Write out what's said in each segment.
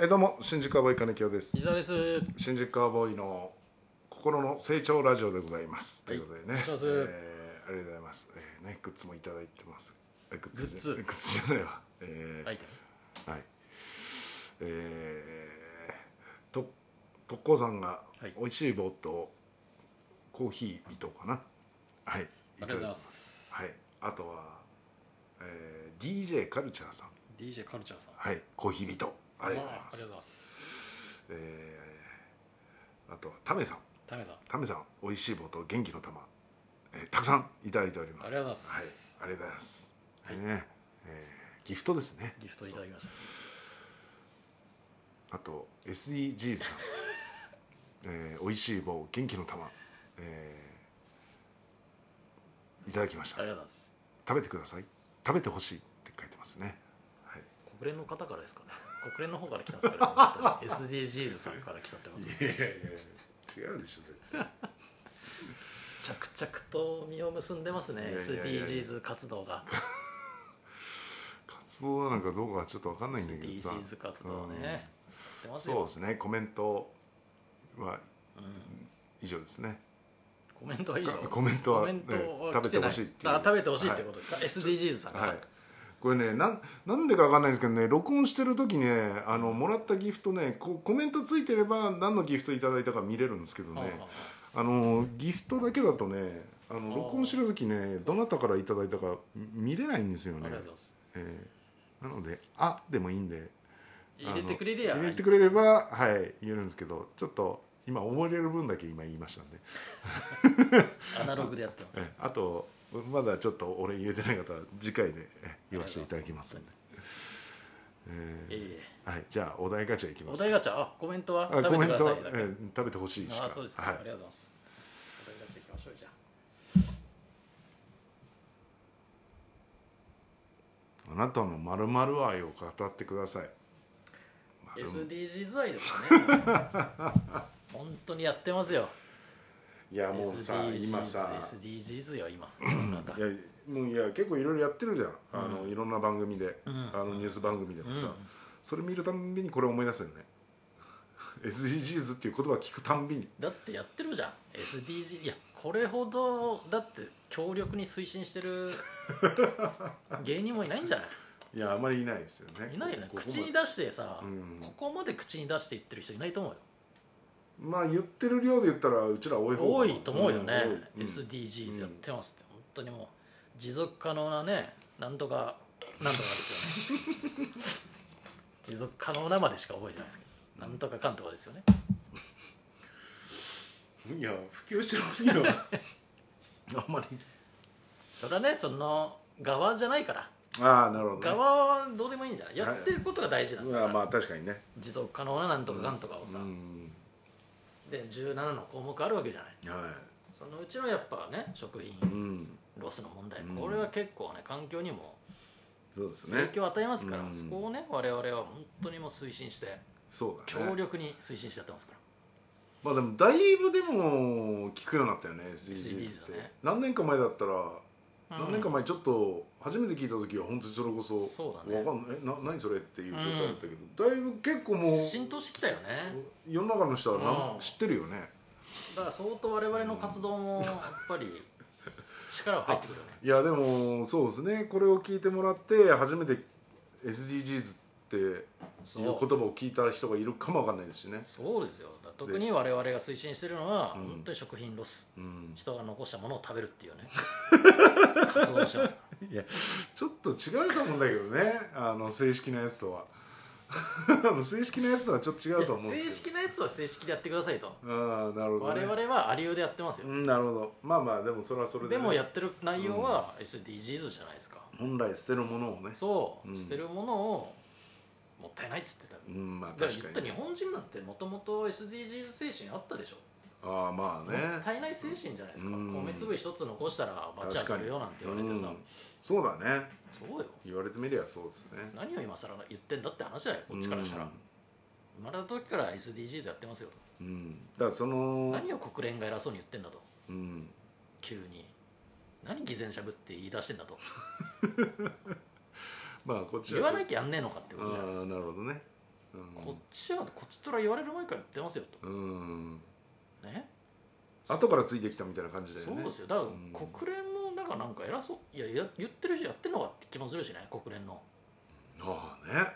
えどうも新宿カーボーイ金城です伊沢です。よ新宿カーボーイの心の成長ラジオでございます、はいということでねお願いしますえーありがとうございます、えーねグッズもいただいてますえグッズじゃグッズ グッズじゃないわえーはいはいえーと特攻さんがはい美味しい棒とコーヒーとかなはいあありがとうございます。はいあとは、えー、DJ カルチャーさん DJ カルチャーさん。はいコーヒービトありがとうございまありがとすうございます。えーあとはタメさんタメさん。タメさん美味しい棒と元気の玉、えーたくさんいただいておりますありがとうございます、はい、ありがとうございます、はいねえーギフトですねギフトいただきました。あと SDG さん、 えー、美味しい棒元気の玉、えーいただきましたありがとうございます。食べてください食べてほしいって書いてますね、はい、国連の方からですかね。国連の方から来たんですかね。SDGs さんから来たってこと。いやいやいや違うでしょ絶対着々と実を結んでますね。いやいやいや SDGs 活動が。活動なのかどうかはちょっと分かんないんだけどさ SDGs 活動ね。うんやってますそうよで。すねコメントはうん以上ですねコメントはいいよ。コメントはコメントはうん食べて来ないほしいっていうあ、食べてほしいってことですか。SDGs さんかはいら。これねなんなんでかわかんないですけどね録音してる時ねあのもらったギフトねこうコメントついてれば何のギフトいただいたか見れるんですけどねはあはあのギフトだけだとねあのあー録音してる時ねどなたからいただいたか見れないんですよあありがねとうございます。えーなので「あ」でもいいんで入れてくれりゃあの入れてくれればはい言えるんですけどちょっと今覚えれる分だけ今言いましたんでアナログでやってます。えあとまだちょっと俺入れてない方は次回でえ言わせていただきますんで、いえいええ。ーはい、じゃあお題ガチャいきまおす題ガチャ、あ、コメントはあ食べてくださいコメントだけ。えー食べてほしいしかあ、そうですか。はあいりがとうございます。お題ガチャ行きましょうじゃあなたのまるまる愛を語ってくださいあ。丸 SDGs 愛ですかね。 本当にやってますよ。いやもうさ SDGs 今さ SDGs よ今。なんかいやもういや結構いろいろやってるじゃんあの、いろんな番組で、うんあのニュース番組でもさ、うんそれ見るたんびにこれ思い出すよね SDGs っていう言葉聞くたんびにだってやってるじゃん。SDG いやこれほどだって強力に推進して る芸人もいないんじゃないやあまりいないですよねい？いないよね。ここまで口に出してさう、んここまで口に出して言ってる人いないと思うよ。まあ言ってる量で言ったらうちら多い方多いと思うよね、うん SDGs やってますって、本当にもう持続可能なねなんとかなんとかですよね持続可能なまでしか覚えてないですけどなんとかかんとかですよねいや普及してる分には あんまりそれはねその側じゃないからああなるほど、ね、側はどうでもいいんじゃないやってることが大事なんだまかあまらあ確かにね持続可能ななんとかかんとかをさ、うんで17の項目あるわけじゃないはそのうちのやっぱね食品いうんロスの問題、うんこれは結構ね環境にもそうですね影響を与えますから、うんそこをね我々は本当にもう推進してそうだね強力に推進してやってますから、まあでもだいぶでも聞くようになったよね SDGs って、 SDGs だね何年か前だったら、何年か前前ちょっと初めて聞いた時は本当にそれこそそうだねわかんないえな何それっていう状態だったけど、だいぶ結構もう浸透してきたよね世の中の人はなんうん知ってるよねだから相当我々の活動もやっぱ り力は入ってくるよねいやでもそうですねこれを聞いてもらって初めて SDGs っていうそ言う葉を聞いた人がいるかもわかんないですしね、そうですよだから特に我々が推進してるのはうん本当に食品ロスうん、人が残したものを食べるってい うね活動をしてますかいやちょっと違うと思うんだけどねあの正式なやつとは あの正式なやつとはちょっと違らうと思うん正ですけ式なやつは正式でやってくださいとどああなるほど、我ね、々はアリウでやってますようんなるほどまあまあでもそれはそれで、ね、でもやってる内容は SDGs じゃないですか本来捨てるものをねそう、うん捨てるものをもったいないっつってたうんまあだから確言っかたに日本人なんてもともと SDGs 精神あったでしょ、ああまあねもったいない精神じゃないですか、うん米粒一つ残したらバチ当たるよなんて言われてさ、うんそうだねそうよ言われてみりゃそうですね何を今更言ってんだって話だよこっちからしたら、生まれた時から SDGs やってますよ、うん、うんだからその何を国連が偉そうに言ってんだとうん急に何偽善しゃぶって言い出してん だとまあこっち言わはなきゃやんねえのかってあことじゃんあなるほどね、うん、こっ師匠なんてこっちとら言われる前からやってますようんとね後からついてきたみたいな感じだよそねうですよだからうん国連もなんかなんか偉そういやいや言ってるしやってるのかって気もするしね国連の、ああね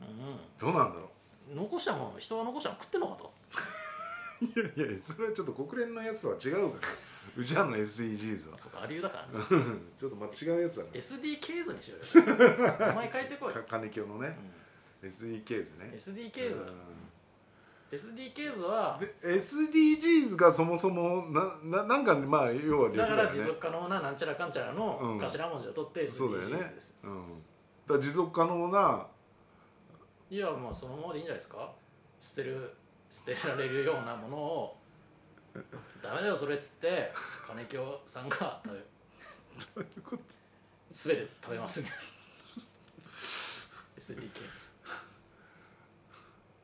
うどうなんだろん、残したもん人が残したもん食ってんのかとういやいやそれはちょっと国連のやつとは違うからうちらの SDGs はあそうかありゆだから ねちょっとまあ違うやつだね SDKs にしようよ名前変えてこいよか、金京のねう SDKs ねん、SDKs うん SDKs はで SDGs がそもそもなななんかねまあ要は略だからよ持続可能ななんちゃらかんちゃらうのん頭文字を取ってそうだよね SDGs です、うん、だから持続可能ない やまあそのままでいいんじゃないですか捨てる捨てられるようなもの をダメだよそれっつって金京さんが食べ全て食べますね SDKs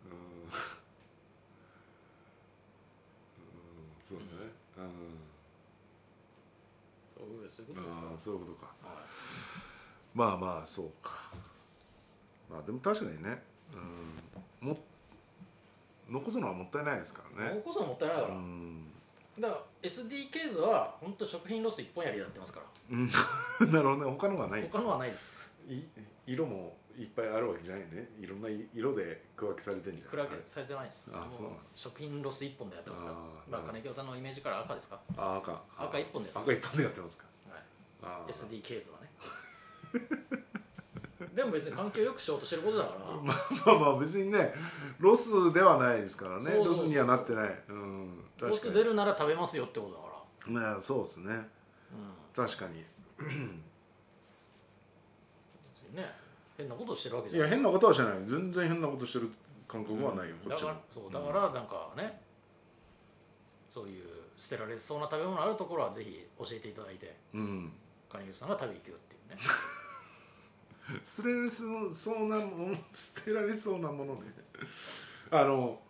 うんうんそうだね、うそうそういうこんとですかああそういうことかはいまあまあそうかまあでも確かにね、うん、も残すのはもったいないですからもねうこそもったいないから、うんだから SDKs は本当食品ロス一本やりやってますからうんなるほどね他のがない他のはないですい色もいっぱいあるわけじゃないねいろんな色で区分けされてんじゃんクラゲされてないですあもうそうなの食品ロス一本でやってますからあーまあ金京さんのイメージから赤ですか、あ赤赤一本で赤一本でやってますかはいあー SDKs はね でも別に環境を良くしようとしてることだから、 まあまあまあ別にねロスではないですからねそうそうロスにはなってないうん確かにロス出るなら食べますよってことだから、ねそうですねうん、確かに別にね変なことをしてるわけいじゃやない変なことはしてない全然変なことしてる感覚はないよ、うんこだっちかもらそうだからなんかね、そういう捨てられそうな食べ物あるところはぜひ教えていただいてうん金城さんが食べに行くよっていうね捨てられそうなもの 捨てられそうなものね あの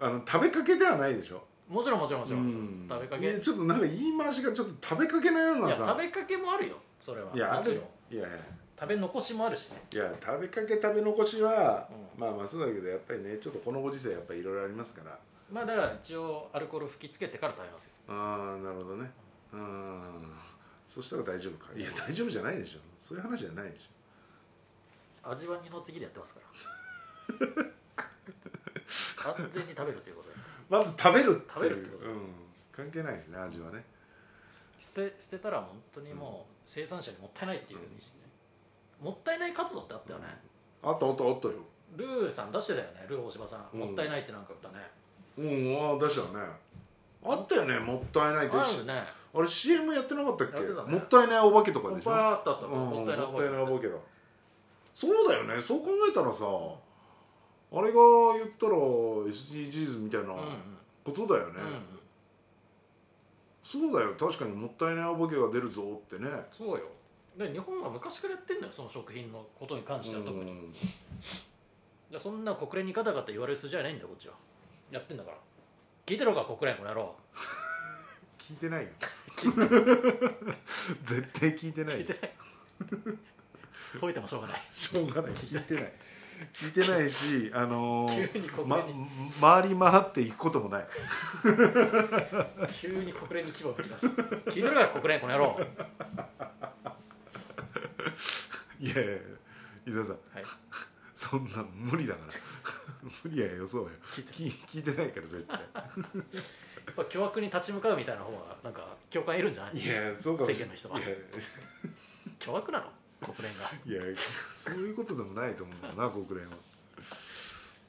あの食べかけではないでしょもちろんもちろんもちろん、うん食べかいやけちょっとなんか言い回しがちょっと食べかけのよういなやさ食べかけもあるよそれはいやもあちるろよんいやいや食べ残しもあるしねいや食べかけ食べ残しは、うんまあまあそうだけどやっぱりねちょっとこのご時世やっぱりいろいろありますからまあだから一応アルコール吹きつけてから食べますよああなるほどねうんそしたら大丈夫かいや大丈夫じゃないでしょそういう話じゃないでし味は二の次でやってますから 完全に食べるということでょまず食べるっていう食べるってことうん、関係ないですね味はね捨て捨てたら本当にもう生産者にもったいないっていう認識ね、もったいない活動ってあったよね、あったあったあったよルーさん出してたよねルー大柴さん、うんもったいないってなんか歌ねうんああ出したねあったよねもったいないあってるよねあれ CM やってなかったっけやってたねもったいないお化けとかいでっしぱょいあったあった、うんもったいないもったいないお覚化けだそうだよねそう考えたらさあれが言ったら SDGs みたいなえうんうんことだよね、うんうんそうだよ確かにもったいないお化けが出るぞってねそうよで日本は昔からやってんだよその食品のことに関しては特に、うんじゃあそんな国連にガタガタ言われる筋じゃないんだよこっちはやってんだから聞いてろか国連この野郎聞いて ないよ絶対聞いてない聞いよて ない吠えてもしょうがないしょうがない聞いてない聞いてないしあのー 急に国ま連に、、回り回っていくこともない急に国連に牙を吹き出した聞いてるから国連この野郎はいいやいやいや伊沢さんそんなん無理だから 無理やよそうよ聞いて聞い聞いてないから絶対やっぱ巨悪に立ち向かうみたいな方がなんか共感得るんじゃない いやそうかもしれない世間の人はいや 巨悪なの国連がいやそういうことでもないと思うんだよな国連は、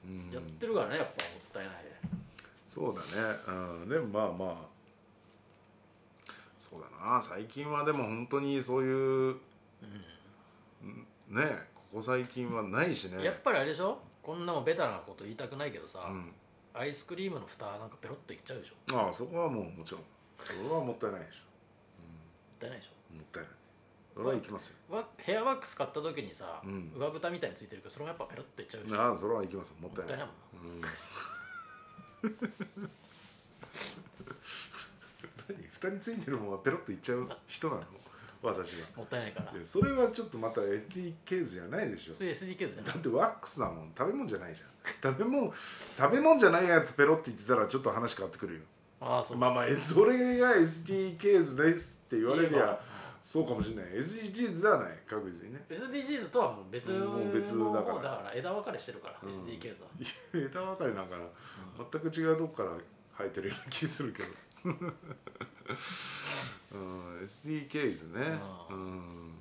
うん、やってるからねやっぱもったいないそうだね、うん、でもまあまあそうだな最近はでも本当にそういう、んねここ最近はないしねやっぱりあれでしょこんなもんベタなこと言いたくないけどさ、うん、アイスクリームの蓋なんかペロッといっちゃうでしょもああそこはもうもちろんそれはもったいないでしったいないでしょもったいないそれはいきますよょわヘアワックス買った時にさ、うん上蓋みたいについてるけどそれもやっぱペロッといっちゃうでしょ、ああそれはいきますよもっもたっいたないいないもんなうん 何蓋についてるもんはペロッといっちゃう人なの私がもったいないからいやそれはちょっとまた SDKs じゃないでしょそういう SDK じゃなだいってワックスだもん食べ物じゃないじゃん食べ物食べ物じゃないやつペロって言ってたらちょっと話変わってくるよああそ うまあまあえそれが SDKs ですって言われり言えばゃそうかもしれない SDGs ではない確実にね SDGs とはもう別のもう別だからもうだから枝分かれしてるから、うん SDGs は、枝分かれなんかな全く違うとこから生えてるような気するけど うん SDKs ねううん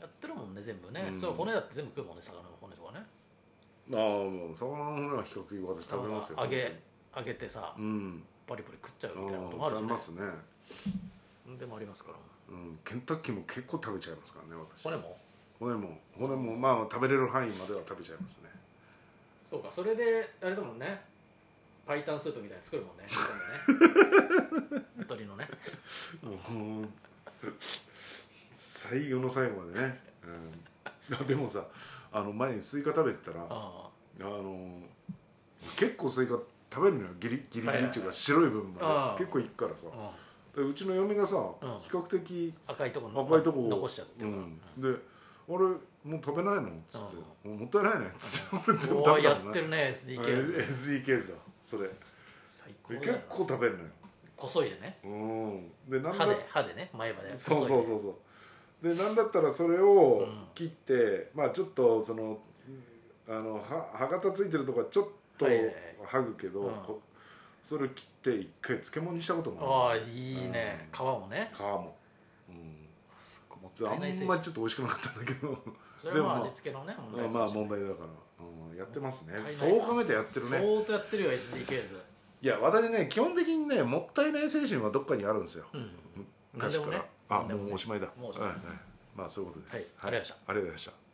やってるもんね全部ね、うんそう骨だって全部食うもんね魚の骨とかねああもう魚の骨は比較的私食べますよ揚げ揚げてさうんパリパリ食っちゃうみたいなこともあある食しべねますね、でもありますからうん、ケンタッキーも結構食べちゃいますからね私骨も骨も骨もまあ食べれる範囲までは食べちゃい ますねそうかそれであれだもんねパイタンスープみたいに作るもんね 今度ね鶏のねもう最後の最後までね、うん、でもさあの前にスイカ食べてたらああの結構スイカ食べるのよギリギリギリっていうか白い部分あまあで結構いくからさあ、うんでうちの嫁がさん比較的赤いとこ赤いとこを残しちゃってるから、うん、で「あれもう食べないの?」っつって「もうもったいないね」っつって俺 全部お食ーべたやもんってるね SDK SDKs だそれで最高だよ結構食べるのよこそいでねうんでなん歯だで歯でね前歯でそうそううそうそうでなんだったらそれをうん切って、まあちょっとそのあのは歯型ついてるとこはちょっとはいはいはい剥ぐけど、うんこそれを切って一回漬物にしたこともあああるいいね、皮もね皮も、うん、すっごいもっちょたっいとなあい精ん神まりちょっと美味しくなかったんだけ どそれはまでもまああ味付けのね問まあ題まあ問題題だから、うん、やってますねもったいないそう考えてやってるね相当やってるよ SDKs いや私ね基本的にねもったいない精神はどっかにあるんですようん何でもね昔からあ何でもねうおしまいだもうおしまいはいはいまあそういうことです、はいありがとうございましたありがとうございました